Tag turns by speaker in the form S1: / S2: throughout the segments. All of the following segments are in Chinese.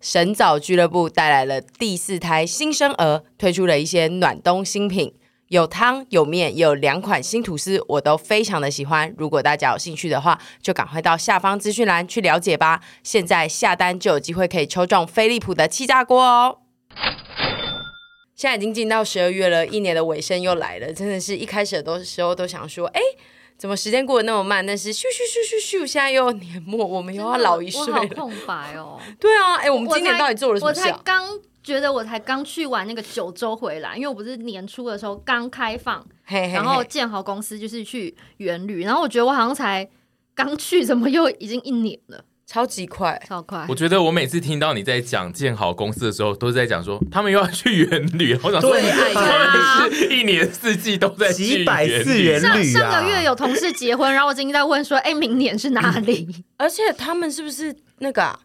S1: 神早俱乐部带来了第四胎新生儿，推出了一些暖冬新品，有汤有面，也有两款新吐司，我都非常的喜欢。如果大家有兴趣的话，就赶快到下方资讯栏去了解吧。现在下单就有机会可以抽中飞利浦的气炸锅哦！现在已经进到十二月了，一年的尾声又来了，真的是一开始的时候都想说，哎、怎么时间过得那么慢？但是咻咻咻咻咻，现在又年末，我们又要啊老一岁
S2: 我好
S1: 了。
S2: 空白哦。
S1: 对啊，哎、 我们
S2: 我
S1: 今年
S2: 才
S1: 到底做了什
S2: 我
S1: 么事
S2: 才
S1: 啊？
S2: 刚觉得我才刚去完那个九州回来，因为我不是年初的时候刚开放，
S1: 嘿嘿嘿
S2: 然后建豪公司就是去元旅，然后我觉得我好像才刚去，怎么又已经一年了，
S1: 超级快，
S2: 超快
S3: 我。觉得我每次听到你在讲建好公司的时候，都是在讲说他们又要去远旅， 我想说
S4: 对啊
S3: 他们是一年四季都在去
S4: 几百次
S3: 远旅
S4: 元
S2: 上
S4: 旅
S2: 上
S4: 啊
S2: 个！月有同事结婚，然后我今天在问说，哎、明年是哪里？
S1: 而且他们是不是那个、啊、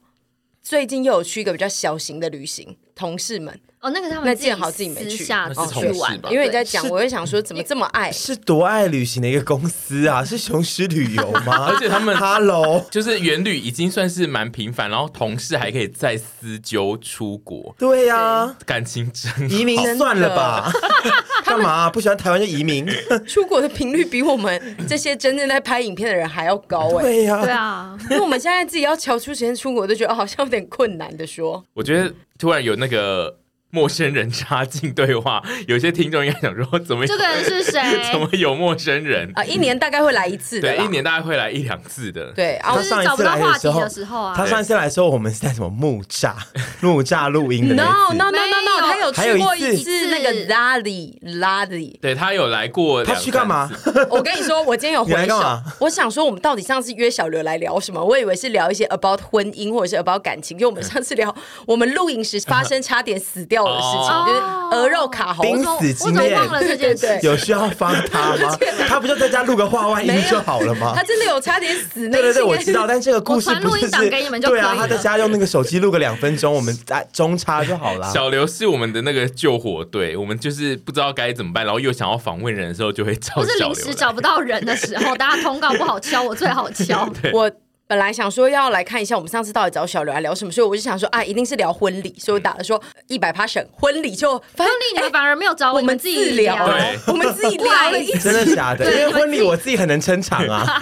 S1: 最近又有去一个比较小型的旅行？同事们，
S2: 哦，那个他
S1: 那
S2: 们自
S1: 建豪自己没
S2: 私
S1: 去
S2: 下
S3: 那是
S2: 去
S3: 同事
S2: 玩
S3: 吧
S2: 的，
S1: 因为你在
S2: 对
S1: 讲，
S4: 是
S1: 我会想说怎么这么爱？
S4: 是多爱旅行的一个公 司啊！是雄狮旅游吗？
S3: 而且他们
S4: Hello，
S3: 就是远旅已经算是蛮频繁，然后同事还可以再私揪出国，
S4: 对呀、啊，
S3: 感情真好
S4: 移民算了吧， 干嘛啊、不喜欢台湾就移民？
S1: 出国的频率比我们 这些真正在拍影片的人还要高哎、
S4: 对呀、
S2: 对啊，
S1: 因为我们现在自己要瞧出时间出国，都觉得哦好像有点困难的说。
S3: 我觉得突然有那个陌生人插进对话，有些听众应该想说怎么
S2: 这 个哎人是谁
S3: 怎？么有陌生人？
S1: 啊，一年大概会来一次的
S3: 对，
S1: 啦。
S3: 一年大概会来一两次的。
S1: 对啊，我
S2: 就
S4: 他
S2: 是
S4: 上一
S2: 找不
S4: 次
S2: 到
S4: 来
S2: 话
S4: 的
S2: 题
S4: 时候
S2: 的时候啊。
S4: 他上一次来的时候，我们是在什么木栅、木栅录音的那
S1: no
S4: 一次
S1: no no no no，他有
S4: 还有
S1: 去
S4: 一
S1: 过
S4: 次
S1: 次那个拉里拉里。
S3: 对他有来过，
S4: 他去干嘛？？
S1: 我跟你说，我今天有回
S4: 你来干
S1: 首
S4: 嘛，
S1: 我想说我们到底上次约小刘来聊什么？我以为是聊一些 about 婚姻或者是 about 感情，因为我们上次聊 我们录影时发生差点死掉的事情，
S2: 哦
S1: 就是鹅肉卡喉。
S4: 冰
S2: 我
S4: 死
S2: 我
S4: 经
S2: 总
S4: 验
S3: 啊
S2: 忘了这件事
S1: 对对
S2: 情。
S4: 有需要帮他 吗？他不就在家录个话外音就好了吗
S1: 他？真的有差点死那
S4: 对
S1: 一
S4: 对
S1: 次，
S4: 对，我知道，但这个故事
S2: 我传
S4: 不
S2: 录
S4: 是
S2: 音档给你们就
S4: 对啊
S2: 可，以
S4: 他
S2: 了
S4: 在家用那个手机录个两分钟，我们在中插就好啦。
S3: 小刘是我们的那个救火队，我们就是不知道该怎么办，然后又想要访问人的时候，就 会
S2: 不
S3: 找
S2: 是
S3: 小
S2: 临
S3: 刘
S2: 时
S3: 来。
S2: 找不到人的时候，大家通告不好敲，我最好敲。
S1: 我本来想说要来看一下我们上次到底找小刘来聊什么，所以我就想说啊，一定是聊婚礼，所以我打了说一百 p a s s 婚礼就反正
S2: 婚礼你 们反而没有找
S1: 我
S2: 们
S1: 们
S2: 自
S1: 自
S2: 己
S1: 己聊，
S3: 对
S1: 我们自己聊了一
S4: 真的假的？因
S2: 对
S4: 为
S2: 因为
S4: 婚礼我自己很能撑场啊。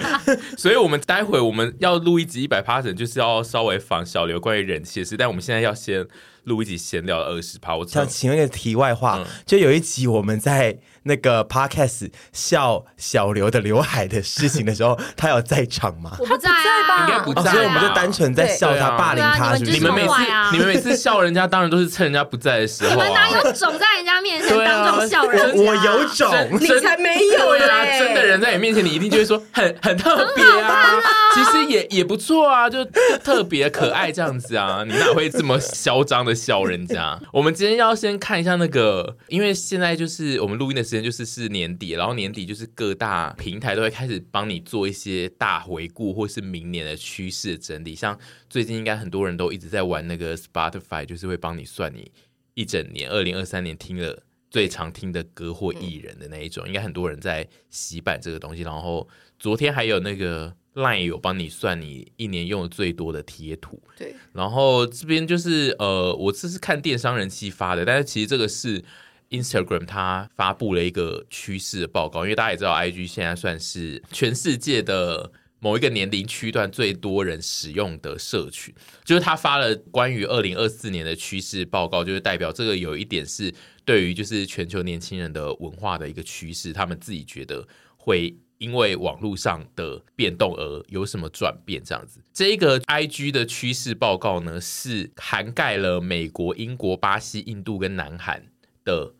S3: 所以，我们待会我们要录一集一百 p a 就是要稍微访小刘关于人气的事，但我们现在要先录一集闲聊二十趴。我知道
S4: 想请问一个题外
S3: 嗯
S4: 话，就有一集我们在那个 podcast 笑小刘的刘海的事情的 时候，他有在场吗？
S2: 我不在
S1: 在吧
S2: 啊，
S3: 应该不在
S4: 哦，
S3: 吧、
S4: 所以我们就单纯在笑
S3: 对
S4: 他、
S3: 啊
S4: 霸凌他，是不
S2: 对啊
S3: 你
S4: 是
S3: 们每次、
S2: 怪啊
S3: 你们每次笑人家，当然都是趁人家不在的时 候、
S2: 你
S3: 啊。
S2: 们哪有种在人家面前
S3: 对啊
S2: 当众笑人家？
S4: 我有
S3: 真
S4: 种，
S1: 你
S3: 真
S1: 才没有
S3: 对啊，
S1: 嘞
S3: 真的人在你面前，你一定就会说很很特别啊，其实也也不错啊，就就特别可爱这样子啊，你哪会这么嚣张的笑人家？ 我们今天要先看一下那个，因为现在就是我们录音的时间就是是年底，然后年底就是各大平台都会开始帮你做一些大回顾或是明年的趋势的整理，像最近应该很多人都一直在玩那个 Spotify，就是会帮你算你一整年，二零二三年听了最常听的歌或艺人的那一种，应该很多人在洗版这个东西。然后昨天还有那个 Line 有帮你算你一年用的最多的贴图，
S1: 对，
S3: 然后这边就是呃，我这是看电商人气发的，但是其实这个是 Instagram 它发布了一个趋势的报告，因为大家也知道，IG 现在算是全世界的某一个年龄区段最多人使用的社群，就是他发了关于二零二四年的趋势报告，就是代表这个有一点是对于就是全球年轻人的文化的一个趋势，他们自己觉得会因为网络上的变动而有什么转变这样子。这个 I G 的趋势报告呢，是涵盖了美国、英国、巴西、印度跟南韩的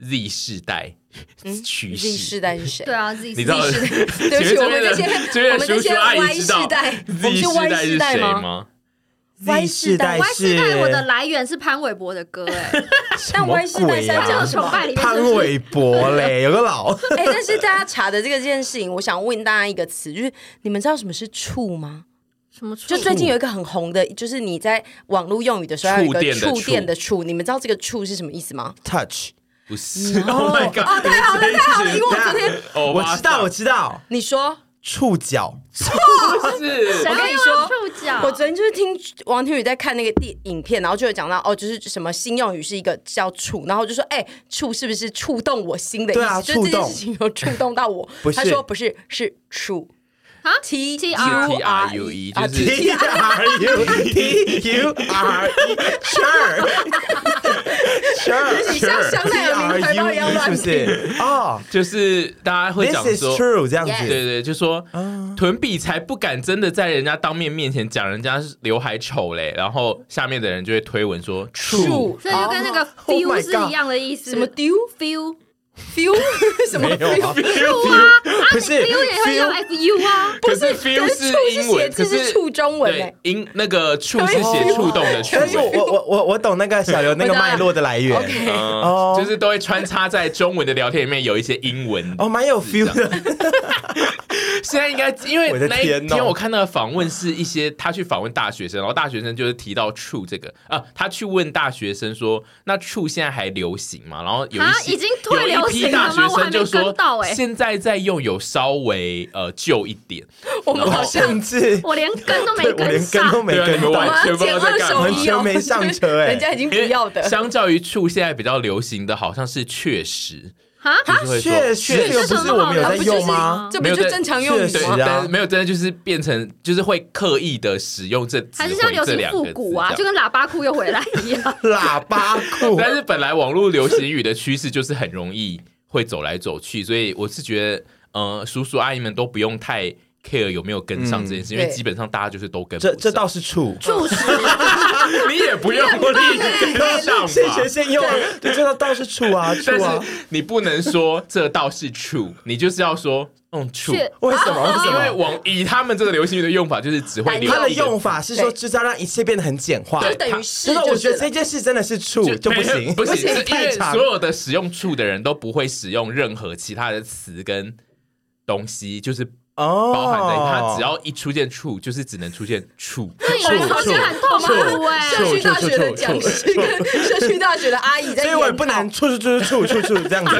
S3: Z 世代趋
S1: 嗯
S3: 势。
S1: Z 世代是谁？
S2: 对啊，自己
S3: 你知道
S2: 自己是
S1: 对不起，我们
S3: 前面
S1: 这
S3: 的
S1: 些
S3: 前面
S1: 我
S3: 的
S1: 们这
S3: 叔
S1: 些
S3: 叔阿姨
S1: Y
S3: 知
S1: 世
S3: 道
S1: 代，我
S3: Z
S1: 们是
S3: 世
S1: Y
S3: 代
S1: 世
S3: 是
S1: 代
S3: 谁
S1: 吗？
S3: 吗？
S1: Y 世代
S4: Y
S2: Y 世代我的来源是潘玮柏的歌，哎，
S1: 但 Y 世代是在
S2: 在
S1: 讲
S2: 我
S1: 什么
S2: 崇？拜里面
S4: 啊潘玮柏嘞，有个老
S1: 哎、但是大家查的这个件事情，我想问大家一个词，就是你们知道什么是触吗？
S2: 什么处
S1: 就最近有一个很红的，就是你在网络用语的时候要有一个
S3: 触电的
S1: 触电的触，你们知道这个触是什么意思吗？
S4: touch，
S3: 不是，Oh my god！哦，
S1: 太好了，太好了，因为我昨天
S3: 哦，
S4: 我知道，我知道，
S1: 你说。
S4: 触角
S3: 不是
S2: 谁
S1: 我跟你
S2: 要
S1: 说
S2: 触角，
S1: 我昨天就是听王天宇在看那个电影片，然后就有讲到哦，就是什么新用语是一个叫触，然后我就说哎，触、是不是触动我心的意思？
S4: 对啊
S1: 就是这
S4: 触
S1: 件
S4: 动
S1: 事情有触动到我。
S4: 不是
S1: 他说不是，是触
S2: 啊
S1: T
S2: T
S1: R
S2: R
S3: T R U E，
S1: 啊
S3: 就是
S4: T R E U T U R E，sure sure，
S1: 你像香奈儿名牌包一样乱
S4: 是不是？哦
S3: 就是大家会讲
S4: ，This is
S3: 说。
S4: true 啊这样
S3: 对
S4: 子，
S3: 对，就说屯比才不敢真的在人家当面面前讲人家是刘海丑嘞，然后下面的人就会推文说
S1: 触
S3: 处，
S2: 所以就跟那个
S4: Oh
S2: feel
S4: my
S2: 是一样的意思。
S1: 什么丢
S2: feel
S1: feel 什么
S4: 没有啊
S1: feel？
S4: ，feel 不是
S2: feel 也会用
S4: feel
S2: f u 啊？
S3: 可是 feel
S1: 可是触是
S3: 英文，
S1: 写
S3: 可
S1: 字是触中文欸
S3: 对
S1: 嘞。
S3: 英那个触是写触动的欸触，
S4: 但是我我我我我懂那个小刘那个脉络的来源
S1: OK，
S3: 嗯，
S4: 哦
S3: 就是都会穿插在中文的聊天里面有一些英文
S4: 哦，蛮有 feel 的，
S3: 现在应该因为
S4: 我的
S3: 那一
S4: 天哦
S3: 天我看那个访问是一些他去访问大学生，然后大学生就是提到 true 这个啊，他去问大学生说，那 true 现在还流行吗？然后有一
S2: 啊
S3: 些
S2: 已经退流行
S3: 有一批大学生就
S2: 了吗我还没
S3: 说
S2: 跟到，欸
S3: 现在在用有稍微呃旧一点，
S1: 我们好
S4: 我
S1: 像
S4: 甚至
S2: 我连跟都没
S4: 对我连跟
S2: 上，
S4: 都没
S3: 对啊
S4: 跟
S3: 你们
S4: 到
S3: 完。
S1: 我
S3: 全
S1: 们
S3: 不知
S1: 捡
S3: 道在
S1: 二
S3: 干
S1: 手
S3: 嘛
S1: 一
S4: 完全没上车哎
S1: 人家已经不要的
S3: 因为。相较于 true 现在比较流行的好像是确实，
S2: 啊
S3: 就是会说
S4: 确实
S3: 确
S4: 这个不是我们有在用吗？
S1: 这不就
S3: 没有在
S1: 正常用语
S4: 确实
S1: 吗
S4: 啊？。
S3: 但是没有真的就是变成就是会刻意的使用这词
S2: 还
S3: 汇
S2: 是像流
S3: 这
S2: 行
S3: 两个
S2: 复
S3: 字
S2: 古
S3: 这
S2: 啊，
S3: 样
S2: 就跟喇叭裤又回来一样
S4: 喇叭裤，
S3: 但是本来网络流行语的趋势就是很容易会走来走去，所以我是觉得，呃，叔叔阿姨们都不用太 care 有没有跟上这件事，因为
S1: 对
S3: 基本上大家就是都跟不
S4: 这
S3: 上。
S4: 这倒是处。
S2: 注释
S3: 你也不用立刻跟上吧。
S4: 现学现用啊，对，这倒倒是处啊处
S3: 但
S4: 啊，
S3: 是你不能说这倒是 true，你就是要说嗯 true，
S2: 确
S4: 为什么？为什
S3: 因为
S4: 么？
S3: 网以他们这个流行语的用法，就是只会
S1: 但
S3: 留
S4: 他的
S3: 一个
S4: 用法是说，就是要让一切变得很简化，
S1: 就等于，
S4: 就是是我觉得
S1: 是
S4: 这件事真的是处就不
S3: 没有
S4: 行，
S3: 不行，是因
S4: 太
S3: 为
S4: 长
S3: 所。有的使用处的人都不会使用任何其他的词跟东西，就是
S4: 哦
S3: 包含在它只要一出现处，就是只能出现处。
S2: 对呀，好像很痛苦哎。
S1: 社区大学的讲师跟社区大学的阿姨在
S4: 所以
S1: 研
S4: 我
S1: 讨
S4: 也不能处处处处处处处这样子，。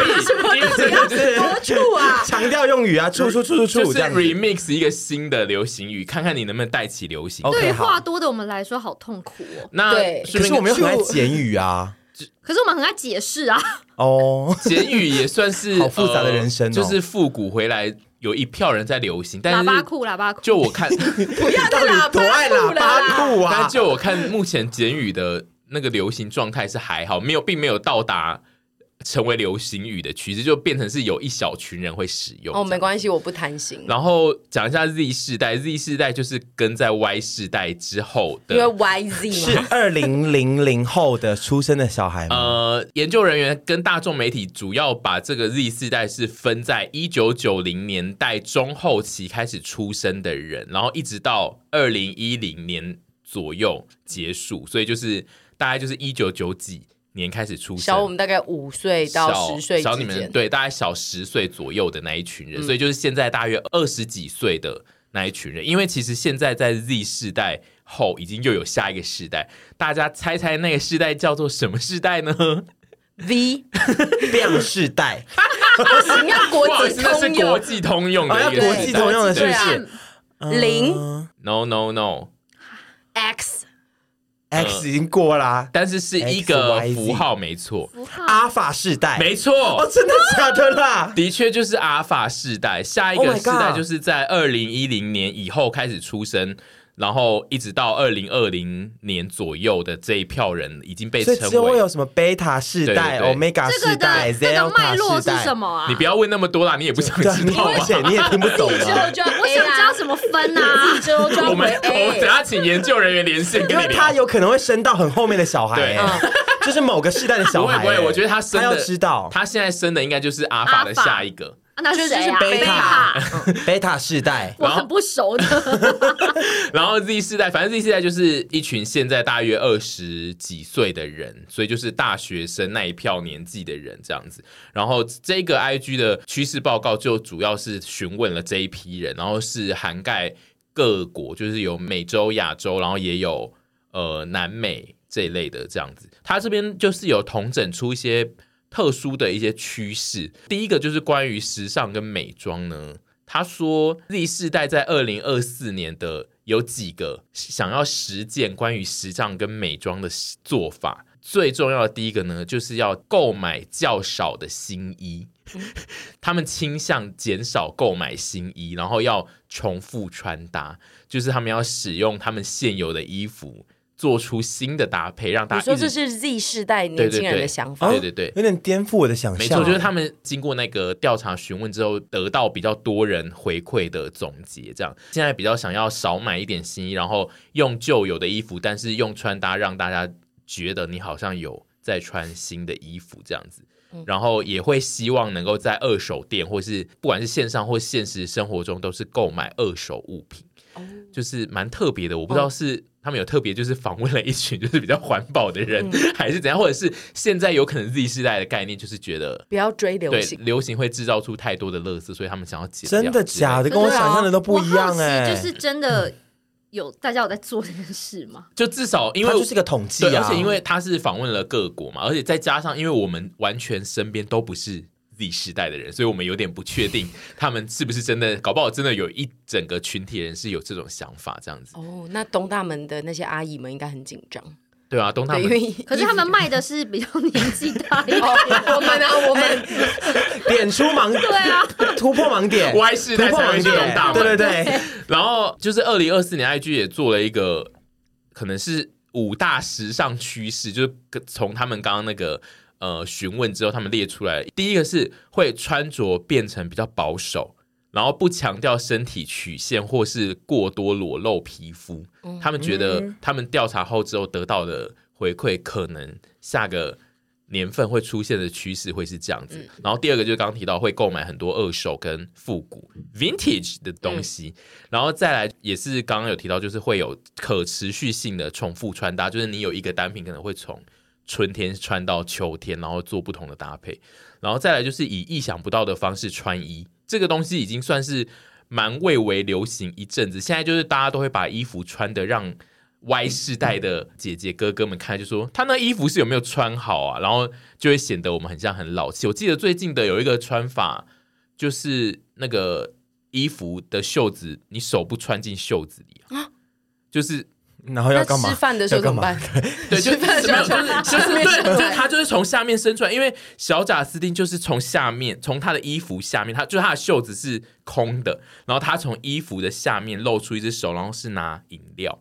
S3: 因为这个就是
S1: 多处啊
S4: 强调用语啊，处处处
S3: 就
S4: 处处
S3: 是
S4: 这样子。
S3: remix 一个新的流行语，看看你能不能带起流行。
S4: OK，
S2: 对于
S4: 好
S2: 话多的我们来说，好痛苦哦。
S3: 那
S1: 对
S3: 顺
S4: 哦可是
S3: 便
S4: 我们又很爱
S1: 处
S4: 简语啊，
S2: 可是我们很爱解释啊，
S4: 哦，
S3: 简语也算 是
S4: 好复杂的人生哦
S3: 呃就是复古回来有一票人在流行，但
S2: 喇叭
S3: 是
S2: 裤，喇叭裤。
S3: 就我 看，
S1: 不要再
S4: 到底
S1: 喇
S4: 多爱
S1: 叭
S4: 喇
S1: 裤了啦
S4: 叭裤
S3: 但
S4: 啊？
S3: 就我看，目前简语的那个流行状态是还好，没有，并没有到达成为流行语的趋势，就变成是有一小群人会使用。
S1: 哦，没关系，我不贪心，
S3: 然后讲一下 Z 世代，Z 世代就是跟在 Y 世代之后
S1: 因为
S3: 的。
S1: YZ
S4: 是
S1: 嘛，
S4: 二零零零后的出生的小孩吗？
S3: 呃，研究人员跟大众媒体主要把这个 Z 世代是分在一九九零年代中后期开始出生的人，然后一直到二零一零年左右结束，所以就是大概就是一九九几年开始出生，
S1: 小我们大概五岁到
S3: 小
S1: 十岁
S3: 小
S1: 之
S3: 你们
S1: 间。
S3: 对，大概小十岁左右的那一群人，所以就是现在大约二十几岁的那一群人，因为其实现在在 Z 世代后已经又有下一个世代，大家猜猜那个世代叫做什么世代呢？
S1: V，
S4: 量世代，
S1: 你要国
S3: 不好意
S1: 际
S3: 思，那是
S1: 通
S3: 国
S1: 用
S3: 际通用
S4: 哦，
S3: 的
S4: 要
S3: 一个世代、
S4: 国际通用的是不
S1: 对啊
S4: 是？
S1: 零
S4: 嗯
S3: No No No，
S1: X
S2: 啊
S4: X 已经过啦、
S3: 但是是一个
S4: XYZ
S3: 符号，没错，
S2: 符号
S4: 阿法世代，
S3: 没错
S4: 哦，，真的假的啦？
S3: 的确就是阿尔法世代，下一
S4: Oh
S3: 个
S4: my
S3: 世代
S4: God
S3: 就是在二零一零年以后开始出生，然后一直到二零二零年左右的这一票人已经被
S4: 所以
S3: 称
S4: 之后会
S3: 为
S4: 有。什么贝塔世代、
S3: 对
S4: Omega
S3: 对
S2: 这
S4: 世
S2: 个
S4: 代、
S2: 的这个
S4: Zeta
S2: 脉络
S4: 世
S2: 是
S4: 代
S2: 什？么啊？
S3: 你不要问那么多啦，你也不想
S4: 对啊，
S3: 知
S4: 你
S3: 道
S4: 而
S3: 嘛。
S4: 且你也听不懂
S1: 之后
S4: 啊，
S1: 就要 A
S2: 我想知道
S1: 啦，
S2: 怎么分啊？
S1: 之后就要
S3: 我 们
S1: 回
S3: 我们
S1: A
S3: 等。下请研究人员连线
S4: 哎因
S3: 跟你
S4: 为他
S3: 聊。
S4: 有可能会生到很后面的小孩、
S3: 对
S2: 啊
S4: 欸，就是某个世代的
S3: 不
S4: 小
S3: 会
S4: 孩、欸。
S3: 不会，我觉得他生
S4: 他要
S3: 的
S4: 知道
S3: 他现在生的应该就是阿尔法的下一个。
S2: 啊那就是
S1: 谁啊
S2: 贝塔，
S4: 贝塔世代，
S2: 我很不熟的。
S3: 然后 Z 世代，反正 Z 世代就是一群现在大约二十几岁的人，所以就是大学生那一票年纪的人这样子。然后这个 IG 的趋势报告就主要是询问了这一批人，然后是涵盖各国，就是有美洲、亚洲，然后也有呃南美这一类的这样子。它这边就是有统整出一些特殊的一些趋势。第一个就是关于时尚跟美妆呢，他说 Z 世代在二零二四年的有几个想要实践关于时尚跟美妆的做法。最重要的第一个呢，就是要购买较少的新衣，
S1: 嗯
S3: 他们倾向减少购买新衣，然后要重复穿搭，就是他们要使用他们现有的衣服做出新的搭配，让大
S1: 你
S3: 家
S1: 说
S3: 一直
S1: 这是 Z 世代年
S3: 对对
S1: 轻
S3: 对
S1: 人的想法
S4: 啊
S3: 对对对，
S4: 有点颠覆我的想
S3: 没
S4: 象。
S3: 错，就是他们经过那个调查询问之后，得到比较多人回馈的总结，这样现在比较想要少买一点新衣，然后用旧有的衣服，但是用穿搭让大家觉得你好像有在穿新的衣服这样子。然后也会希望能够在二手店，或是不管是线上或现实生活中，都是购买二手物品。就是蛮特别的。我不知道是他们有特别，就是访问了一群就是比较环保的人，还是怎样，或者是现在有可能 Z 世代的概念，就是觉得
S1: 不要追流
S3: 对
S1: 行。
S3: 流行会制造出太多的垃圾，所以他们想要减掉。
S4: 真的假的，跟我想象的都不一样哎、
S2: 啊我好奇就是真的有大家有在做这件事吗？
S3: 就至少因
S4: 它
S3: 为
S4: 就是个统计
S3: 对，
S4: 啊，
S3: 而且因为他是访问了各国嘛，而且再加上因为我们完全身边都不是 Z 世代的人，所以我们有点不确定他们是不是真的，搞不好真的有一整个群体人是有这种想法这样子。
S1: 哦，那东大门的那些阿姨们应该很紧张，
S3: 对啊，东他
S1: 对，因
S3: 们
S1: 为
S2: 可是他们卖的是比较年纪大一点。
S1: 哦，我们啊，我们
S4: 点出盲，
S2: 对啊，
S4: 突破盲点
S3: Y 世代
S4: 突破
S3: 才会去
S4: 盲
S3: 东
S4: 点
S3: 大，门，
S4: 对对对，
S3: 然后就是二零二四年，IG 也做了一个，可能是五大时尚趋势，就是从他们刚刚那个呃询问之后，他们列出来，第一个是会穿着变成比较保守，然后不强调身体曲线或是过多裸露皮肤。他们觉得他们调查后之后得到的回馈，可能下个。年份会出现的趋势会是这样子，然后第二个就是刚刚提到会购买很多二手跟复古 vintage 的东西，然后再来也是刚刚有提到，就是会有可持续性的重复穿搭，就是你有一个单品可能会从春天穿到秋天，然后做不同的搭配，然后再来就是以意想不到的方式穿衣，这个东西已经算是蛮蔚为流行一阵子，现在就是大家都会把衣服穿的让。Y 世代的姐姐哥哥们看，就说他那衣服是有没有穿好啊，然后就会显得我们很像很老气。我记得最近的有一个穿法，就是那个衣服的袖子，你手不穿进袖子里啊，就是
S4: 然后
S1: 那
S4: 哎要干嘛？
S1: 吃饭的时候怎
S4: 要干
S1: 么
S4: 嘛
S1: 办？
S3: 对，就
S1: 吃
S3: 是
S1: 饭
S3: 没有，就是
S1: 就
S3: 就是是对，
S1: 就
S3: 就是他就是从下面伸出来，因为小贾斯汀就是从下面，从他的衣服下面，他就是他的袖子是空的，然后他从衣服的下面露出一只手，然后是拿饮料，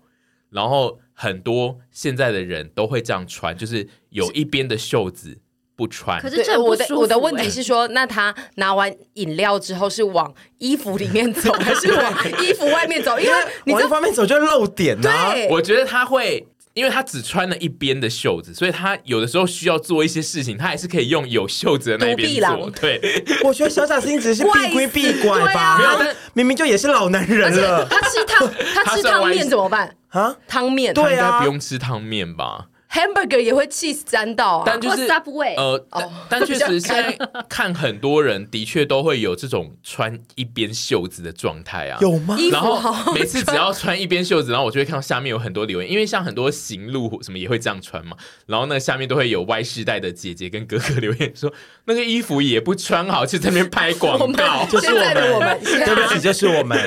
S3: 然后很多现在的人都会这样穿，就是有一边的袖子不穿，
S2: 可是这
S1: 对，
S2: 很不
S1: 我的
S2: 舒服
S1: 我的问题
S2: 欸
S1: 是说，那他拿完饮料之后是往衣服里面走，还是往衣服外面走？因为你
S4: 往
S1: 知道，
S4: 一方面走就漏点呐、啊。
S1: 对，
S3: 我觉得他会，因为他只穿了一边的袖子，所以他有的时候需要做一些事情，他还是可以用有袖子的那一边
S1: 独臂
S3: 做。
S1: 狼啊
S3: 对，
S4: 我觉得小贾斯汀只是闭归闭拐吧，
S3: 没有但
S4: 明明就也是老男人了
S1: 他吃汤，他
S3: 他
S1: 吃
S3: 算
S1: 汤
S3: 歪
S1: 面怎么办？
S4: 啊！
S1: 汤面，
S4: 对
S3: 应该
S4: 啊
S3: 不用吃汤面吧？
S1: hamburger 也会 cheese 沾到啊
S3: 但。就是
S2: 或 Subway
S3: 呃，
S1: 哎哦
S3: 但但 确实现在看很多人的确都会有这种穿一边袖子的状态啊。
S4: 有吗？
S1: 衣服
S3: 然
S1: 好
S3: 后
S1: 好
S3: 每次只要穿一边袖子，然后我就会看到下面有很多留言，因为像很多行路什么也会这样穿嘛，然后那下面都会有 Y 世代的姐姐跟哥哥留言说，那个衣服也不穿好，去这边拍广
S1: 我们
S3: 告，
S4: 就是
S1: 现在的
S4: 我
S1: 我
S4: 们
S1: 们，
S4: 对不起，就是啊我们。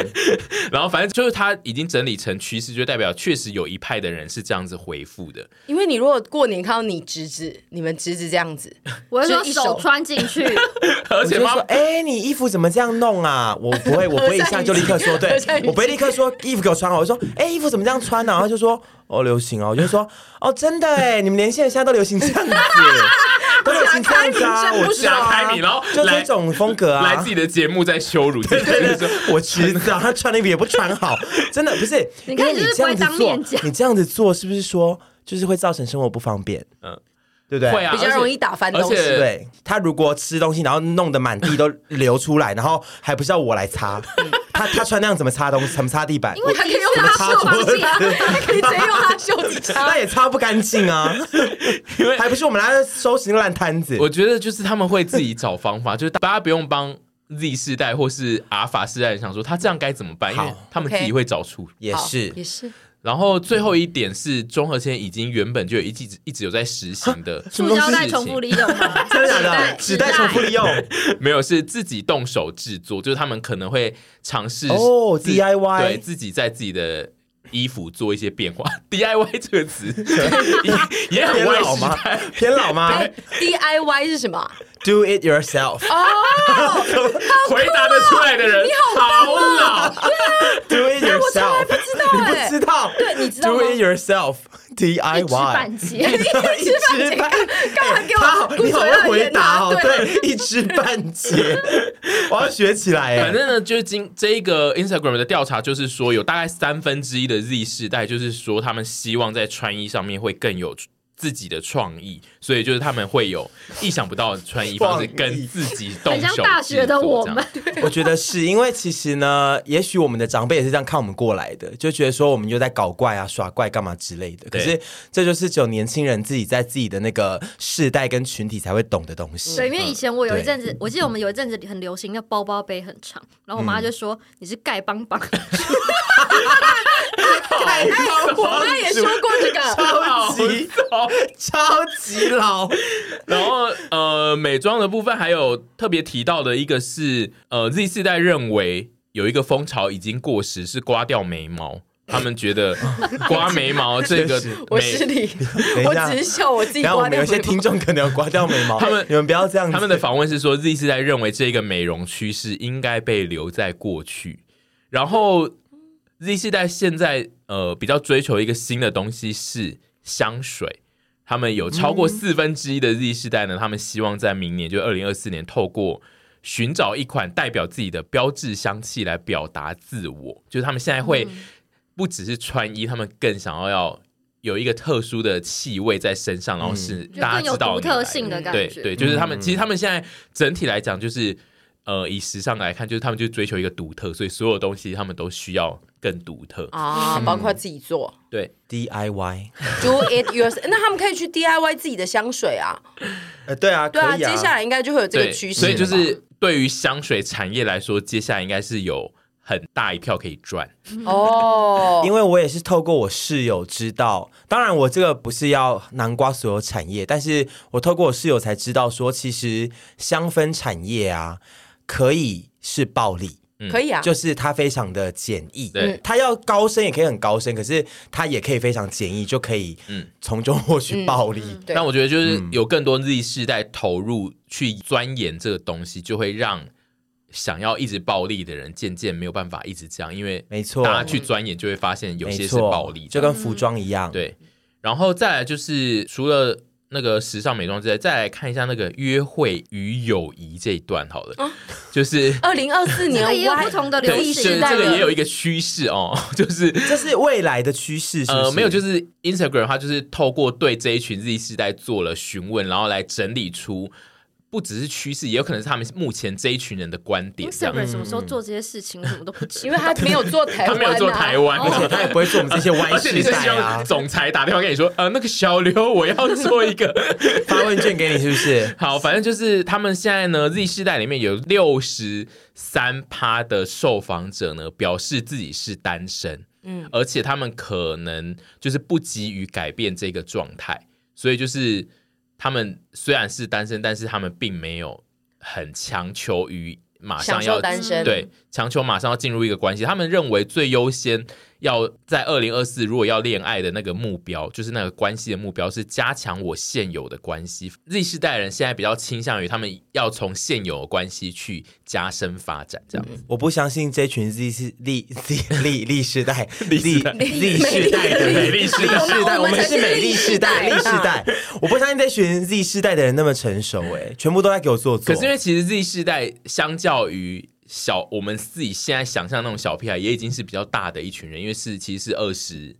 S3: 然后反正就是他已经整理成趋势，就代表确实有一派的人是这样子回复的，
S1: 因为你如果过年看到你侄子，你们侄子这样子，
S2: 我会说
S1: 就一
S2: 手
S1: 手
S2: 穿进去，
S3: 而
S4: 我
S3: 且
S4: 就
S3: 妈
S4: 说，哎，你衣服怎么这样弄啊？ 我不会，我不会一下就立刻说，对
S1: 合在一起
S4: 我不会立刻说衣服给我穿好。我说，哎，衣服怎么这样穿呢？然后就说，哦，流行哦。我就说，哦，真的哎，你们连线现在都流行这样子，都流行这样子啊，我知道
S3: 打开
S4: 啊
S3: 你，然后
S4: 就
S3: 来
S4: 这种风格 啊，
S3: 来自己的节目在羞辱自己，
S4: 对对对， 我知道他穿的衣服也不穿好，真的不是。
S2: 你看
S4: 因
S2: 你
S4: 为
S2: 就是
S4: 这样子
S2: 不会当
S4: 做
S2: 面，讲
S4: 你这样子做是不是说就是会造成生活不方便？嗯
S3: 嗯，
S4: 对不对？
S3: 会啊，
S1: 比较容易打翻
S3: 而
S1: 东
S3: 且
S1: 西。
S4: 对他如果吃东西，然后弄得满地都流出来，然后还不是要我来擦，他他穿那样怎么擦东西？怎么擦地板？
S2: 因为
S4: 我
S2: 他可以用
S4: 怎么
S2: 他
S4: 擦
S2: 手放
S4: 桌
S2: 进来。
S4: 子？
S1: 他 可以直接用他袖子
S4: 那
S1: 擦。
S4: 也擦不干净啊，
S3: 因为
S4: 还不是我们来收拾烂摊子？
S3: 我觉得就是他们会自己找方法，就是大家不用帮 Z 世代或是阿法世代想说他这样该怎么办，因
S4: 好
S3: 为他们自己
S1: OK
S3: 会找出。
S4: 也是
S1: 好也是，
S3: 然后最后一点是综合签已经原本就有一直一直有在实行的
S4: 什
S2: 塑
S4: 么东西
S2: 胶袋重复利用吗？
S4: 真的假的？纸袋重复利用
S3: 没有是自己动手制作，就是他们可能会尝试
S4: 哦
S3: 自
S4: DIY
S3: 对自己在自己的。衣服做一些变化 ，DIY 这个 词也也很
S4: 偏
S3: 歪
S4: 老吗
S3: 时？
S4: 偏老吗
S1: 哎，DIY 是什么哦啊？
S4: ？Do it yourself。
S3: 回答得出来的人好
S2: 啊
S3: 老，
S4: Do it yourself，
S1: 从来不
S4: 你不知道，对，
S1: 你知道吗
S4: Do it yourself
S3: 哎
S2: 一知
S4: DIY。
S2: 半 解。
S4: 一知半解，干嘛
S1: 给我孤
S4: 你好
S1: 嘴
S4: 会
S1: 恶
S4: 回
S1: 言
S4: 答
S1: 啊
S4: 哦，对，一知半 解，我要学起来
S3: 反
S4: 哎。
S3: 正呢，就是今这一个 Instagram 的调查，就是说有大概三分之一的 Z 世代，就是说他们希望在穿衣上面会更有自己的创意，所以就是他们会有意想不到的穿衣方式，
S4: 创意
S3: 跟自己动
S2: 很像
S3: 手
S2: 大学的
S3: 制作
S2: 我
S3: 这样
S2: 们，
S4: 我觉得是因为其实呢，也许我们的长辈也是这样看我们过来的，就觉得说我们就在搞怪啊、耍怪干嘛之类的。可
S3: 对
S4: 是这就是只有年轻人自己在自己的那个世代跟群体才会懂的东西。嗯
S2: 对，因为以前我有一阵子，我记得我们有一阵子很流行那包包背很长，然后我
S3: 嗯
S2: 妈就说你是丐帮 帮，
S1: 哎，我妈也说过这个。
S4: 超级
S3: 好
S4: 超级老，
S3: 然后呃，美妆的部分还有特别提到的一个是，呃，Z 世代认为有一个风潮已经过时，是刮掉眉毛。他们觉得刮眉毛这个
S4: 确实
S1: 我
S3: 美
S1: 是你，
S4: 等一
S1: 我
S4: 下
S1: 只是笑我自己
S4: 然后我
S1: 刮
S4: 们
S1: 掉
S4: 有一些
S1: 眉毛
S4: 听众可能有刮掉眉毛，
S3: 他们
S4: 你们不要这样子。
S3: 他们的访问是说，Z 世代认为这个美容趋势应该被留在过去，然后 Z 世代现在呃比较追求一个新的东西是香水。他们有超
S2: 嗯
S3: 过四分之一的 Z 世代呢，他们希望在明年就二零二四年，透过寻找一款代表自己的标志香气来表达自我。就是他们现在
S2: 嗯
S3: 会不只是穿衣，他们更想要要有一个特殊的气味在身上，然后是
S2: 嗯就
S3: 大
S2: 更
S3: 家
S2: 有
S3: 知道
S2: 独
S3: 你来嗯
S2: 特性的感
S3: 对
S2: 觉。
S3: 对，就是他
S4: 嗯
S3: 们、其实他们现在整体来讲，就是呃，以时尚来看，就是他们就追求一个独特，所以所有东西他们都需要更独特。
S4: 嗯
S1: 啊，包括自己做
S3: 对，
S4: DIY，
S1: ，do it yourself。那他们可以去 DIY 自己的香水啊，
S4: 呃，对啊，
S1: 对啊，
S4: 可以
S1: 接下来应该就会有这
S3: 对，
S1: 个趋势，
S3: 所以就是对于香水产业来说，接下来应该是有很大一票可以赚。
S1: 哦，
S4: 因为我也是透过我室友知道，当然我这个不是要南瓜所有产业，但是我透过我室友才知道说，其实香氛产业啊，可以是暴利。
S1: 可以啊，
S4: 就是它非常的简易，
S3: 对
S4: 它要高深也可以很高深，可是它也可以非常简易，就可以
S3: 嗯
S4: 从中获取暴利。
S1: 对
S3: 但我觉得就是
S4: 嗯
S3: 有更多 Z 世代投入去钻研这个东西，就会让想要一直暴力的人渐渐没有办法一直这样，因为
S4: 没错
S3: 大家去钻研就会发现有
S4: 没
S3: 些是
S4: 错，
S3: 暴力的，
S4: 就跟服装一样，
S3: 对，然后再来就是除了那个时尚美妆之外，再来看一下那个约会与友谊这一段好了， 就是。
S1: 二零二四
S2: 这
S1: 年
S2: 个也有
S1: Y
S2: 不同的流
S3: 对，
S1: 哦意
S3: 就
S1: 识
S3: 是
S2: 行
S1: 代
S3: 这
S1: 的
S3: 个也有一个趋势哦，就是
S4: 这是未来的趋势，是不是？
S3: 呃，没有，就是 Instagram 它就是透过对这一群 Z 世代做了询问，然后来整理出不只是趋势，也有可能是他们目前这一群人的观
S1: 哦
S3: 点
S2: Instagram
S3: 这样。嗯
S2: 什么时候做这些事情，我什么都不 知道。
S1: 因为他没有做台
S3: 他
S1: 湾、啊，
S3: 没有做台湾，
S4: 而且他也不会做我们这些
S3: 而
S4: 歪
S3: 且你
S4: 世
S3: 是
S4: 代
S3: 希
S4: 啊
S3: 望。总裁打电话跟你说，呃，那个小刘，我要做一个。？
S4: 发问卷给你是不是
S3: 好，反正就是他们现在呢，Z 世代里面有六十三趴的受访者呢表示自己是单身，嗯
S1: 嗯，
S3: 而且他们可能就是不急于改变这个状态，所以就是他们虽然是单身，但是他们并没有很强求于马
S1: 享
S3: 上
S1: 受
S3: 要
S1: 单身，
S3: 对，强求马上要进入一个关系。他们认为最优先要在二零二四，如果要恋爱的那个目标，就是那个关系的目标是加强我现有的关系。Z 世代人现在比较倾向于他们要从现有的关系去加深发展，这样子。
S4: 我不相信这群 Z 世历 Z 历历世代 Z
S3: 世代
S4: Z 世代的
S3: 美
S4: 美
S3: 丽
S4: 丽
S3: 世
S4: 世
S3: 代
S4: 代，
S2: 我
S4: 我
S2: 们
S4: 们
S2: 才
S4: 是
S2: 是
S4: 美丽世代，
S2: 历
S4: 历
S2: 世
S4: 世代。我不相信这群 Z 世代的人那么成熟，哎，全部都在给我做作。
S3: 可是因为其实 Z 世代相较于小我们自己现在想象那种小屁孩，也已经是比较大的一群人，因为是其实是二十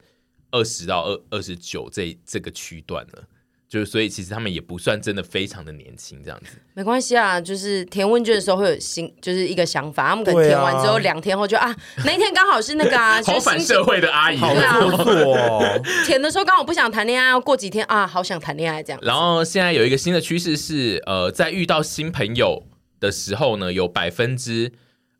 S3: 二十到二二十九这这个区段了。就是，所以其实他们也不算真的非常的年轻这样子。
S1: 没关系啊，就是填问卷的时候会有新，就是一个想法，他们可能
S4: 对啊
S1: 填完之后两天后就啊，那一天刚好是那个 啊，
S3: 好
S1: 就是
S3: 反
S1: 心情
S3: 社会的阿姨。
S4: 好
S1: 对啊
S4: 做作哦，
S1: 填的时候刚好不想谈恋爱，过几天啊，好想谈恋爱这样。
S3: 然后现在有一个新的趋势是，呃，在遇到新朋友的时候呢，有百分之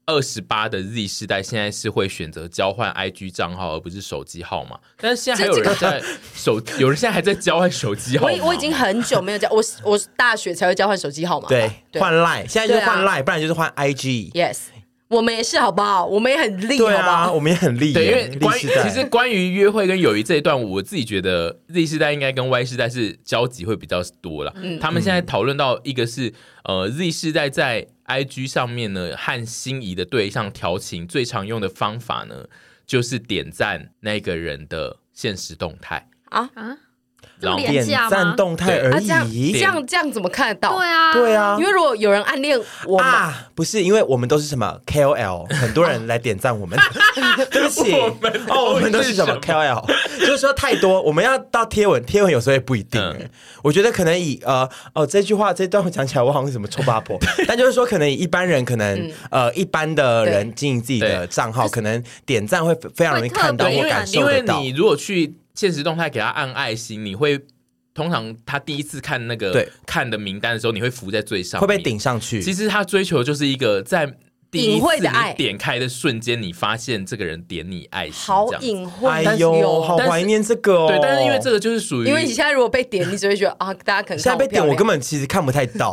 S3: 二十八的 Z 世代现在是会选择交换 IG 账号，而不是手机号码。但是现在还有人在手，有人现在还在交换手机号
S1: 我
S3: 码
S1: 已我已经很久没有交，我我大学才会交换手机号码吧。
S4: 对，
S1: 对
S4: 换 Line，现在就是换
S1: 对
S4: Line，不然就是换 IG。
S1: ，yes，我们也是好不好？我们也很厉
S4: 对
S1: 好不
S4: 啊，
S1: 好？
S4: 我们也很厉害，
S3: 对，因为
S4: 历
S3: 关于
S4: 世代
S3: 其实关于约会跟友谊这一段，我自己觉得 Z 世代应该跟 Y 世代是交集会比较多了。
S2: 嗯
S3: 他们现在讨论到一个是呃 Z 世代在 IG 上面呢和心仪的对象调情最常用的方法呢，就是点赞那个人的现实动态，
S2: 啊，
S3: 然后
S2: 这么廉
S4: 点
S2: 价吗
S4: 赞动态
S3: 对
S4: 而
S1: 啊，这样这
S4: 已。
S1: 样这样怎么看得到？
S2: 对啊，
S4: 对，啊
S1: 因，为如果有人暗恋我们，
S4: 啊，不是，因为我们都是什么 KOL，很多人来点赞我 们。对不起，
S3: 我们都
S4: 哦，我们都
S3: 是
S4: 是什么
S3: 什么
S4: KOL？就是说太多，我们要到贴文，贴文有时候也不一定。
S3: 嗯
S4: 我觉得可能以呃哦这句话这段我讲起来，我好像是什么臭八 婆，但就是说可能以一般人，可能、
S3: 嗯
S4: 呃一般的人经营自己的账号，可能点赞会非常容易看到
S2: 会特别
S3: 因
S4: 或
S3: 为
S4: 感
S3: 因
S4: 受
S3: 为
S4: 得到
S3: 你。如果去现实动态给他按爱心，你会。通常他第一次看那个
S4: 对
S3: 看的名单的时候，你会浮在最上
S4: 会
S3: 面，
S4: 被顶上去，
S3: 其实他追求就是一个在第一
S1: 隐
S3: 次
S1: 晦的
S3: 你
S1: 爱
S3: 点开的瞬间，你发现这个人点你爱心，
S1: 好
S3: 这样子。
S1: 隐晦，
S4: 哎
S1: 但是
S4: 呦，
S1: 有
S4: 好怀念这个哦。
S3: 对，但是因为这个就是属于，
S1: 因为你现在如果被点，你只会觉得啊，大家可能
S4: 现在被点，我根
S1: 本
S4: 本其实看不 太到。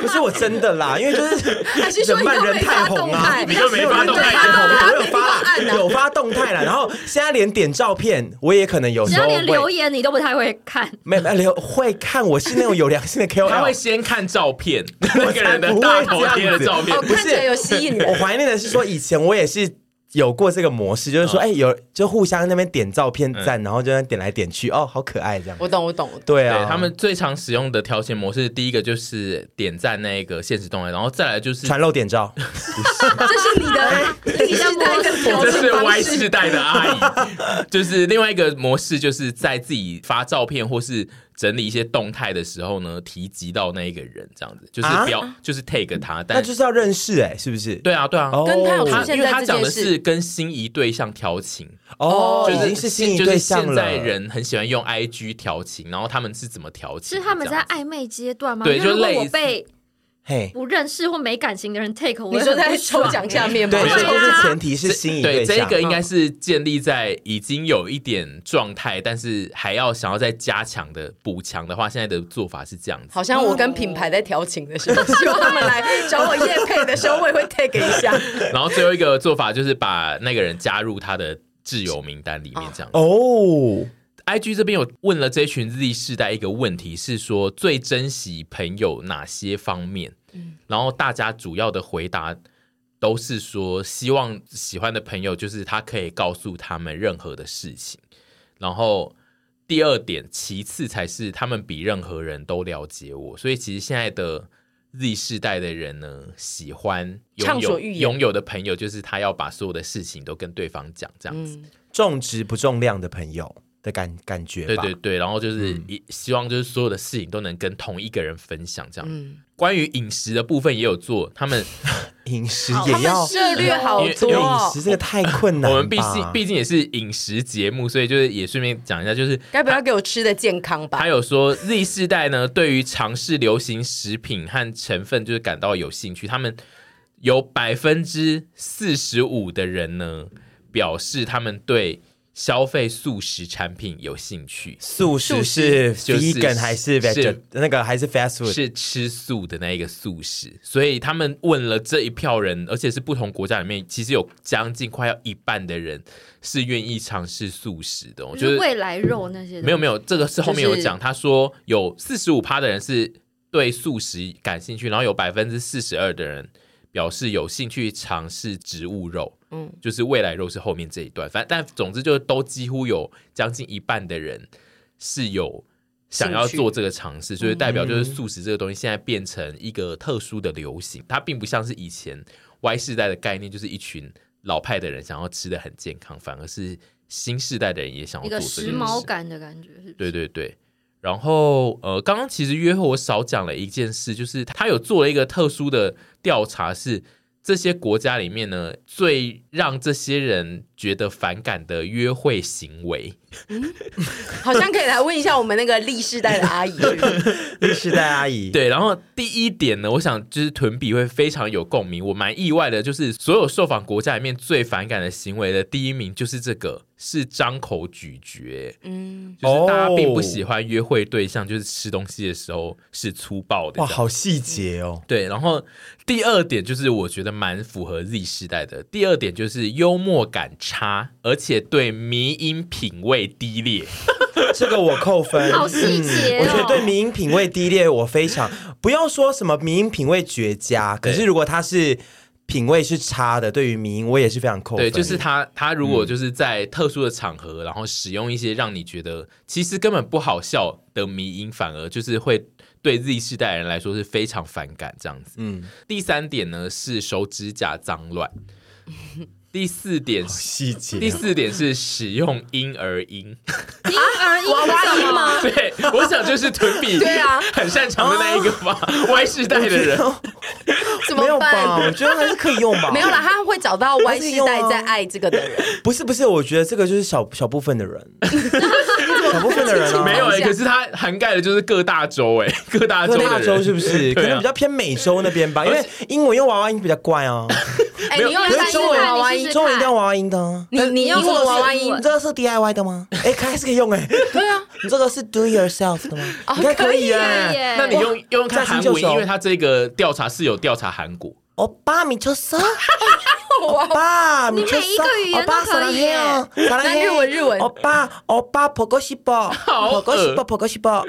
S4: 不是我真的啦，因为就是
S1: 还是说
S4: 人扮
S1: 你都
S4: 人
S1: 没
S4: 太
S1: 发
S4: 红
S1: 动
S4: 啊
S1: 态，你都
S3: 没发动态
S4: 人太红了，我有发啦，有发动态啦。然后现在连点照片，我也可能有
S2: 只
S4: 时
S2: 要
S4: 候
S2: 连留
S4: 会
S2: 言你都不太会看，
S4: 没没留会看，我是那种有良 心的 KOL，
S3: 他会先看照片，那个人的大头贴的照片
S1: 哦，，
S4: 不
S1: 看
S4: 是
S1: 起来有吸引
S4: 我
S1: 人。
S4: 怀念的是说，以前我也是有过这个模式，就是
S3: 嗯
S4: 说，哎、有就互相那边点照片赞，然后就在那点来点去，哦，好可爱这样。
S1: 我懂，我懂，我懂
S4: 对啊，
S3: 对他们最常使用的挑选模式，第一个就是点赞那个现实动态，然后再来就是
S4: 传漏 点照，
S1: 这是你的历史代的标
S3: 这是
S1: 准方
S3: Y 世
S1: 式。
S3: 代的阿姨，就是另外一个模式，就是在自己发照片或是整理一些动态的时候呢，提及到那一个人，这样子就是
S4: 啊
S3: 标、就是 take 他，
S4: 那
S3: 但
S4: 就是要认识哎、是不是？
S3: 对啊对啊，
S4: 哦，
S1: 跟他有出
S3: 他
S1: 现
S3: 因为
S1: 在
S3: 他
S1: 这
S3: 讲
S1: 件
S3: 的
S1: 事
S3: 是跟心仪对象调情，
S4: 哦，
S3: 就
S4: 已
S3: 是
S4: 经是心仪
S3: 就是
S4: 对象
S3: 现
S4: 了。
S3: 在人很喜欢用 IG 调情，然后他们是怎么调情？
S2: 是他们
S3: 这
S2: 在
S3: 样子
S2: 暧昧阶段吗？
S3: 对
S2: 因为如
S3: 就类似
S2: 果我被
S4: 嘿，
S2: 不认识或没感情的人 take，我
S1: 你
S2: 会
S1: 说在
S2: 很不
S1: 抽
S2: 爽
S1: 奖下面吗？
S4: 对，
S3: 对
S4: 这
S2: 啊
S4: 都是前提是心仪
S3: 对，这
S4: 象。嗯
S3: 个应该是建立在已经有一点状态，但是还要想要再加强的补强的话，现在的做法是这样子。
S1: 好像我跟品牌在调情的时候，希望他们来找我夜配的时候，我也会 take 一下。
S3: 然后最后一个做法就是把那个人加入他的挚友名单里面，这样。
S4: 哦，
S3: IG 这边有问了这群 Z 世代一个问题，是说最珍惜朋友哪些方面？
S1: 嗯
S3: 然后大家主要的回答都是说，希望喜欢的朋友就是他可以告诉他们任何的事情。然后第二点，其次才是他们比任何人都了解我。所以其实现在的 Z 世代的人呢，喜欢拥
S1: 畅
S3: 有
S1: 所欲言
S3: 拥有的朋友，就是他要把所有的事情都跟对方讲，这样子。
S1: 嗯，
S4: 重质不重量的朋友的感感觉
S3: 对
S4: 吧。
S3: 对对，然后就是
S1: 嗯
S3: 也希望就是所有的事情都能跟同一个人分享，这样。
S1: 嗯，
S3: 关于饮食的部分也有做，他们
S4: 饮
S1: 嗯
S4: 食
S2: 好
S4: 也
S2: 他们
S4: 要
S2: 是
S1: 策略好
S3: 因为
S1: 多
S4: 因为
S1: 哦
S4: 饮食，这个太困难
S3: 我
S4: 了
S3: 们
S4: 吧。
S3: 毕竟毕竟也是饮食节目，所以就是也顺便讲一下，就是
S1: 该不要给我吃的健康吧
S3: 还？有说 Z 世代呢，对于尝试流行食品和成分就是感到有兴趣，他们有百分之四十五的人呢表示他们对消费素食产品有兴趣，
S4: 素食是
S3: 就是
S4: vegan 还是 veg
S3: 是
S4: 那个还是 fast food？
S3: 是吃素的那一个素食，所以他们问了这一票人，而且是不同国家里面，其实有将近快要一半的人是愿意尝试素食 的哦。我
S2: 就
S3: 觉得
S2: 是未来肉那些的
S3: 没有没有，这个是后面有
S1: 就
S3: 讲，
S1: 是
S3: 他说有四十五趴的人是对素食感兴趣，然后有百分之四十二的人表示有兴趣尝试植物肉。
S1: 嗯
S3: 嗯，就是未来肉是后面这一段，反正但总之就是都几乎有将近一半的人是有想要
S1: 兴趣
S3: 做这个尝试，就是代表就是素食这个东西现在变成一个特殊的流行，它并不像是以前 Y 世代的概念，就是一群老派的人想要吃的很健康，反而是新世代的人也想要
S2: 一
S3: 做
S2: 个
S3: 这件
S2: 时
S3: 事
S2: 髦感的感觉，是不
S3: 对
S2: 是？
S3: 对对。然后呃，刚刚其实约会我少讲了一件事，就是他有做了一个特殊的调查是，这些国家里面呢最让这些人觉得反感的约会行为。
S1: 好像可以来问一下我们那个历世代的阿姨，
S4: 日式代阿姨，
S3: 对，然后第一点呢，我想就是屯比会非常有共鸣。我蛮意外的，就是所有受访国家里面最反感的行为的第一名就是这个，是张口咀嚼。
S1: 嗯，
S3: 就是大家并不
S4: 哦
S3: 喜欢约会对象，就是吃东西的时候是粗暴的。
S4: 哇，
S3: 这样
S4: 好细节哦。
S3: 对，然后第二点就是我觉得蛮符合 Z 世代的。第二点就是幽默感差，而且对迷音品味低 劣。
S4: 这个我扣分，
S2: 好细节哦
S4: 嗯我觉得对民音品味低劣，我非常不要说什么民音品味绝佳，可
S3: 对
S4: 是如果他是品味是差的，对于民音我也是非常扣分。
S3: 对，就是他他如
S4: 嗯
S3: 果就是在特殊的场合，然后使用一些让你觉得其实根本不好笑的迷音，反而就是会对 Z 世代人来说是非常反感这样子。
S4: 嗯，
S3: 第三点呢是手指甲脏乱，第四点
S4: 好哦
S3: 是
S4: 细节
S3: 第四点是使用婴儿音。
S2: 婴儿婴娃娃音吗？
S3: 对，我想就是臀比
S1: 对啊哦
S3: 很擅长的那一个吧，Y 世代的人。
S1: 怎
S4: 没有
S1: 么
S4: 吧？
S1: 办？
S4: 我觉得还是可以用吧。
S1: 没有啦，，他会找到 Y 世代在爱这个的人，
S4: 不是不是，我觉得这个就是小小部分 的人，小部分的人啊，
S3: 没有哎、
S1: 一下
S3: 可是它涵盖的就是各大洲哎、各大洲
S4: 各
S3: 的人
S4: 大洲是不是？可
S3: 对啊啊
S4: 能比较偏美洲那边吧，因为英文用娃娃音比较怪啊，
S1: 哎，
S3: 没有
S1: 你用
S4: 可
S1: 三
S4: 是
S1: 十
S4: 中文
S1: 娃娃
S2: 你
S1: 音
S2: 是，
S4: 中文一定要娃娃音的啊。
S1: 你你用
S2: 你用
S1: 娃娃
S2: 中
S1: 音
S2: 文
S4: 你，这个是 DIY 的吗？哎，还是可以用哎。
S1: 对啊，
S4: 你这个是 do yourself 的吗？你看可以啊耶、
S2: 哦可以耶
S3: 那你用用用看
S4: 驾轻
S3: 韩
S4: 就
S3: 文，
S4: 熟
S3: 因为它这个调查是有调查韩国。
S4: 欧巴米丘斯，欧巴米丘
S2: 哦你每一
S4: 斯
S2: 个语，言
S4: 欧
S2: 都
S4: 巴萨
S2: 可
S4: 拉
S2: 以
S4: 黑
S2: 耶
S4: 啊，萨拉
S1: 那
S4: 黑，
S1: 日文日文
S4: 欧巴欧巴婆哥西波，婆哥西波婆哥西波，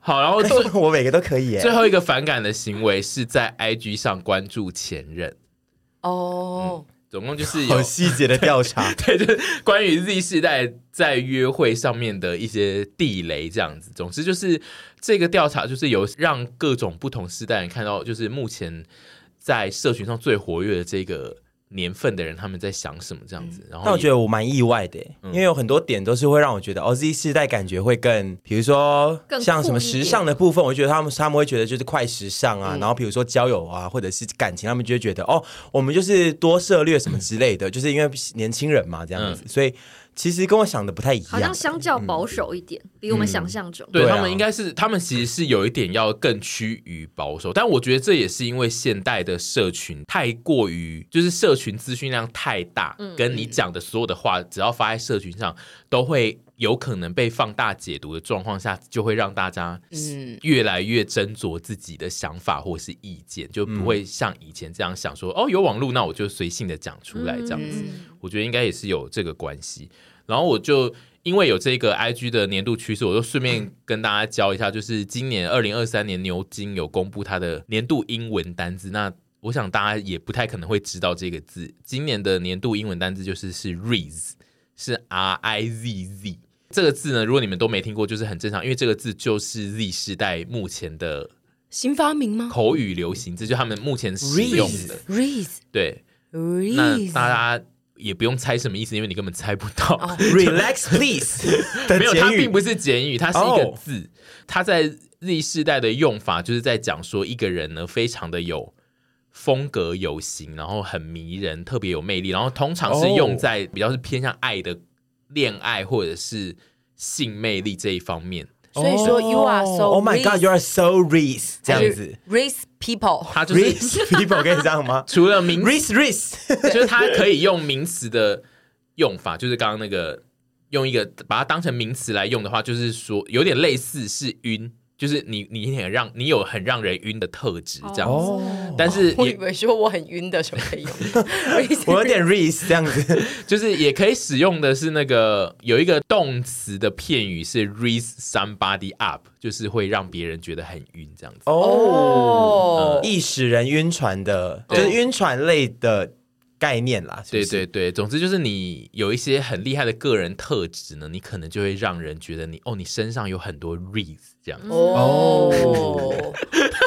S3: 好，然后最
S4: 我每个都可以耶、
S3: 最后一个反感的行为是在 IG 上关注前任，
S1: 哦，
S3: 总共就是有，
S4: 好细节的调查
S3: 对，就是关于 Z 世代在约会上面的一些地雷这样子。总之就是这个调查就是有让各种不同世代人看到，就是目前在社群上最活跃的这个年份的人，他们在想什么这样子。然后
S4: 但我觉
S3: 得
S4: 得我蛮意外的耶、因为有很多点都是会让我觉得哦，Z 世代感觉会更，比如说
S2: 更酷
S4: 像什么
S2: 一点
S4: 时尚的部分，我觉得他们他们会觉得就是快时尚啊，然后比如说交友啊，或者是感情，他们就会觉得哦，我们就是多涉略什么之类的， 就是因为年轻人嘛这样子，所以其实跟我想的不太一样。
S2: 好像相较保守一点，比我
S3: 嗯
S2: 们想象中。
S3: 对
S4: 对啊
S3: 他们应该是，他们其实是有一点要更趋于保守，但我觉得这也是因为现代的社群太过于，就是社群资讯量太大，跟你讲的所有的话，只要发在社群上，都会有可能被放大解读的状况下，就会让大家
S1: 嗯
S3: 越来越斟酌自己的想法或是意见，就不会像以前这样想说，哦，有网络，那我就随性的讲出来这样子。
S1: 嗯，
S3: 我觉得应该也是有这个关系。然后我就因为有这个 IG 的年度趋势，我就顺便跟大家教一下，就是今年二零二三年牛津有公布它的年度英文单字，那我想大家也不太可能会知道这个字。今年的年度英文单字就是是 riz，是 R I Z Z。这个字呢，如果你们都没听过，就是很正常，因为这个字就是 Z 世代目前的
S1: 新发明吗
S3: 口语流行字，就他们目前使用的。
S1: ？Reese
S3: 对，那
S1: Reese，
S3: 大家也不用猜什么意思，因为你根本猜不到。
S4: 哦 Relax please 的
S3: 没有，它
S4: 简语
S3: 并不是简语，它是一个
S4: 哦
S3: 字。它在 Z 世代的用法，就是在讲说一个人呢，非常的有风格有型，然后很迷人，特别有魅力，然后通常是
S4: 哦
S3: 用在比较是偏向爱的恋爱或者是性魅力这一方面。
S1: 所以说
S4: 哦
S1: you are so
S4: Oh my
S1: rich
S4: God, you are so rich 这样 子。
S1: ，raise people。
S3: 它就是
S4: Rich people 可以这样 吗
S3: 除了名
S4: ？Rich rich，
S3: 就是它可以用名词的用法，就是刚刚那个用一个把它当成名词来用的话，就是说有点类似是晕，就是你你很让你有很让人晕的特质这样子。
S4: 哦
S3: 但是
S1: 我以
S3: 也
S1: 为说我很晕的就可以用 raise
S4: 我有点 rich 这样子。
S3: 就是也可以使用的是那个有一个动词的片语是 raise somebody up，就是会让别人觉得很晕这样子。
S4: 哦，
S1: 哦，
S4: 易使人晕船的，就
S3: 对
S4: 是晕船类的概念啦。是不
S3: 对
S4: 是
S3: 对对，总之就是你有一些很厉害的个人特质呢，你可能就会让人觉得你哦，你身上有很多 raise 这样子。
S1: 哦，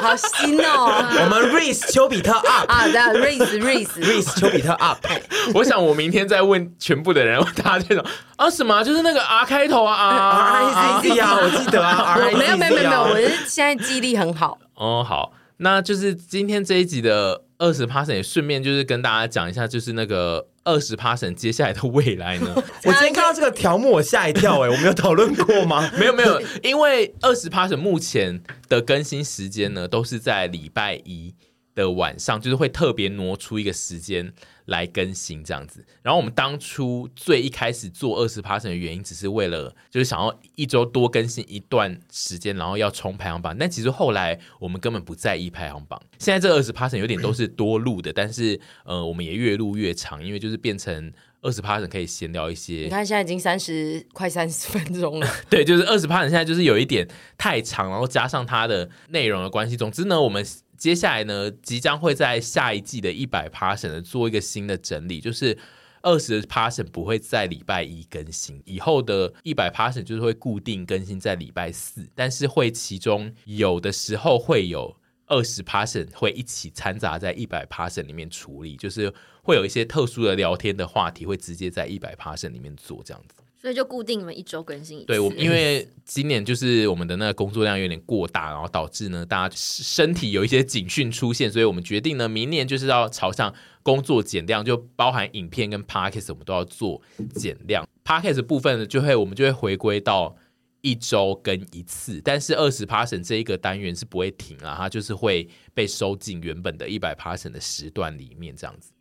S1: 好新哦
S4: 我们 raise 丘比特 up，raise
S1: 啊！那 raise raise
S4: 丘比特 up。
S3: 我想我明天再问全部的人，大家这种啊什么啊就是那个 R 开头啊 啊
S4: R
S3: 啊
S4: I C C 啊，我记得啊，R I C C 啊
S1: 没有没有没有没有，我是现在记忆力很好。
S3: 哦，好，那就是今天这一集的二十 p a s s o n 也顺便就是跟大家讲一下，就是那个二十 p a s s o n 接下来的未来呢，
S4: 我今天看到这个条目，我吓一跳哎，我们有讨论过吗？
S3: 没有没有，因为二十 p a s s o n 目前的更新时间呢，都是在礼拜一的晚上，就是会特别挪出一个时间来更新这样子。然后我们当初最一开始做二十 p a s s o n 的原因，只是为了就是想要一周多更新一段时间，然后要冲排行榜。但其实后来我们根本不在意排行榜。现在这二十 p a s s o n 有点都是多录的，但是呃，我们也越录越长，因为就是变成。二十 p a s s o n 可以闲聊一些
S1: 你看现在已经三十快三十分钟了，
S3: 对，就是二十趴，现在就是有一点太长，然后加上它的内容的关系。总之呢，我们接下来呢，即将会在下一季的一百 p a s s o n 呢做一个新的整理，就是。二十 passion 不会在礼拜一更新，以后的一百 passion 就是会固定更新在礼拜四，但是会其中有的时候会有二十 passion 会一起掺杂在一百 passion 里面处理，就是会有一些特殊的聊天的话题会直接在一百 passion 里面做这样子。
S2: 所以就固定你们一周更新一次。
S3: 对，我因为今年就是我们的那个工作量有点过大，然后导致呢大家身体有一些警讯出现，所以我们决定呢，明年就是要朝向工作减量，就包含影片跟 podcast 我们都要做减量。podcast 部分呢，就会我们就会回归到一周更一次，但是二十 passion 这一个单元是不会停啦，它就是会被收进原本的一百 passion 的时段里面这样子。